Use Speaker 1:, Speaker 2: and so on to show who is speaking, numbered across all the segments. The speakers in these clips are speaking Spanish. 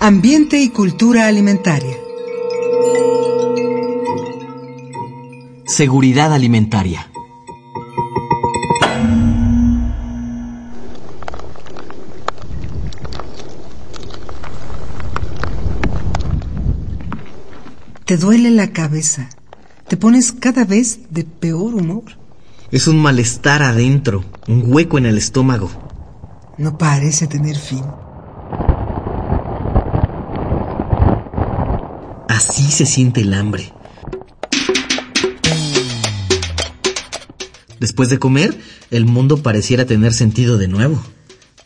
Speaker 1: Ambiente y cultura alimentaria.
Speaker 2: Seguridad alimentaria.
Speaker 1: Te duele la cabeza. Te pones cada vez de peor humor.
Speaker 2: Es un malestar adentro, un hueco en el estómago.
Speaker 1: No parece tener fin.
Speaker 2: Así se siente el hambre. Después de comer, el mundo pareciera tener sentido de nuevo.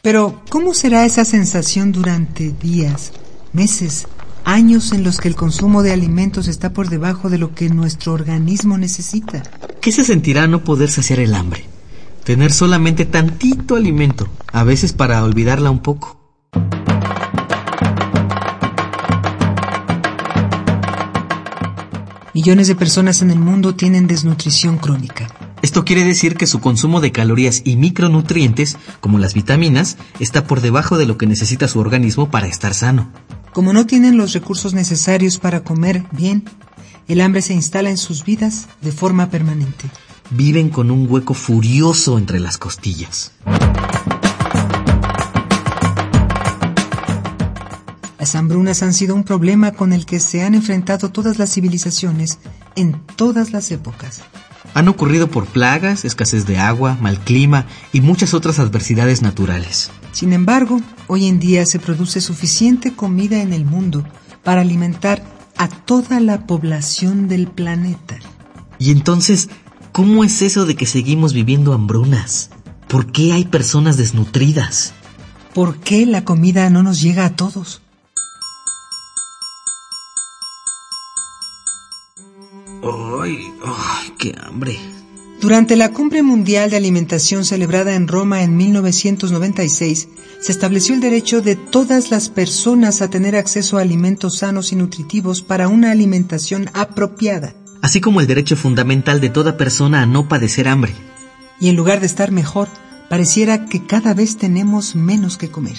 Speaker 1: Pero, ¿cómo será esa sensación durante días, meses, años en los que el consumo de alimentos está por debajo de lo que nuestro organismo necesita?
Speaker 2: ¿Qué se sentirá no poder saciar el hambre? Tener solamente tantito alimento, a veces para olvidarla un poco.
Speaker 1: Millones de personas en el mundo tienen desnutrición crónica.
Speaker 2: Esto quiere decir que su consumo de calorías y micronutrientes, como las vitaminas, está por debajo de lo que necesita su organismo para estar sano.
Speaker 1: Como no tienen los recursos necesarios para comer bien, el hambre se instala en sus vidas de forma permanente.
Speaker 2: Viven con un hueco furioso entre las costillas.
Speaker 1: Las hambrunas han sido un problema con el que se han enfrentado todas las civilizaciones en todas las épocas.
Speaker 2: Han ocurrido por plagas, escasez de agua, mal clima y muchas otras adversidades naturales.
Speaker 1: Sin embargo, hoy en día se produce suficiente comida en el mundo para alimentar a toda la población del planeta.
Speaker 2: Y entonces, ¿cómo es eso de que seguimos viviendo hambrunas? ¿Por qué hay personas desnutridas?
Speaker 1: ¿Por qué la comida no nos llega a todos?
Speaker 2: ¡Ay, ay, qué hambre!
Speaker 1: Durante la Cumbre Mundial de Alimentación celebrada en Roma en 1996, se estableció el derecho de todas las personas a tener acceso a alimentos sanos y nutritivos para una alimentación apropiada.
Speaker 2: Así como el derecho fundamental de toda persona a no padecer hambre.
Speaker 1: Y en lugar de estar mejor, pareciera que cada vez tenemos menos que comer.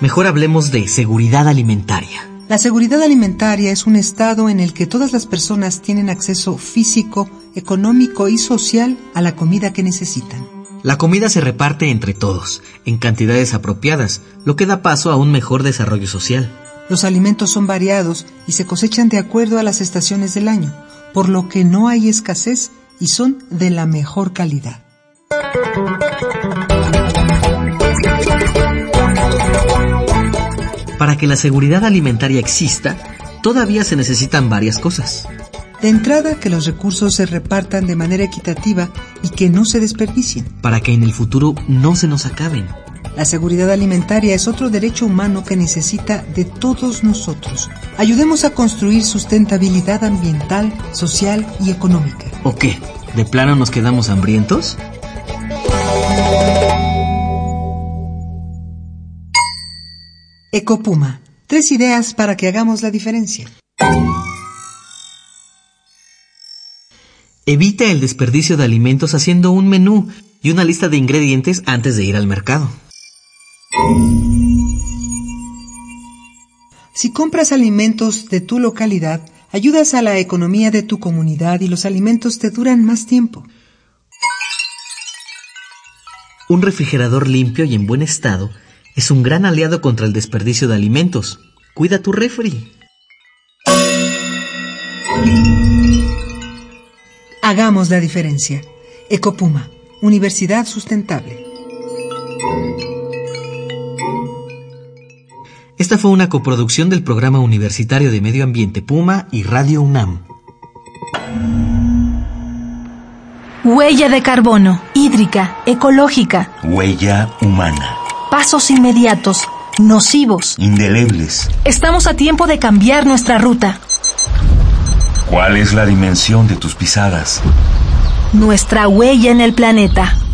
Speaker 2: Mejor hablemos de seguridad alimentaria.
Speaker 1: La seguridad alimentaria es un estado en el que todas las personas tienen acceso físico, económico y social a la comida que necesitan.
Speaker 2: La comida se reparte entre todos, en cantidades apropiadas, lo que da paso a un mejor desarrollo social.
Speaker 1: Los alimentos son variados y se cosechan de acuerdo a las estaciones del año, por lo que no hay escasez y son de la mejor calidad.
Speaker 2: Para que la seguridad alimentaria exista, todavía se necesitan varias cosas.
Speaker 1: De entrada, que los recursos se repartan de manera equitativa y que no se desperdicien.
Speaker 2: Para que en el futuro no se nos acaben.
Speaker 1: La seguridad alimentaria es otro derecho humano que necesita de todos nosotros. Ayudemos a construir sustentabilidad ambiental, social y económica.
Speaker 2: ¿O qué? ¿De plano nos quedamos hambrientos?
Speaker 1: Ecopuma, tres ideas para que hagamos la diferencia.
Speaker 2: Evita el desperdicio de alimentos haciendo un menú y una lista de ingredientes antes de ir al mercado.
Speaker 1: Si compras alimentos de tu localidad, ayudas a la economía de tu comunidad y los alimentos te duran más tiempo.
Speaker 2: Un refrigerador limpio y en buen estado es un gran aliado contra el desperdicio de alimentos. Cuida tu refri.
Speaker 1: Hagamos la diferencia. Ecopuma, Universidad Sustentable.
Speaker 2: Esta fue una coproducción del Programa Universitario de Medio Ambiente Puma y Radio UNAM.
Speaker 3: Huella de carbono, hídrica, ecológica,
Speaker 4: Huella humana.
Speaker 3: pasos inmediatos, nocivos.
Speaker 4: Indelebles.
Speaker 3: Estamos a tiempo de cambiar nuestra ruta.
Speaker 4: ¿Cuál es la dimensión de tus pisadas?
Speaker 3: Nuestra huella en el planeta.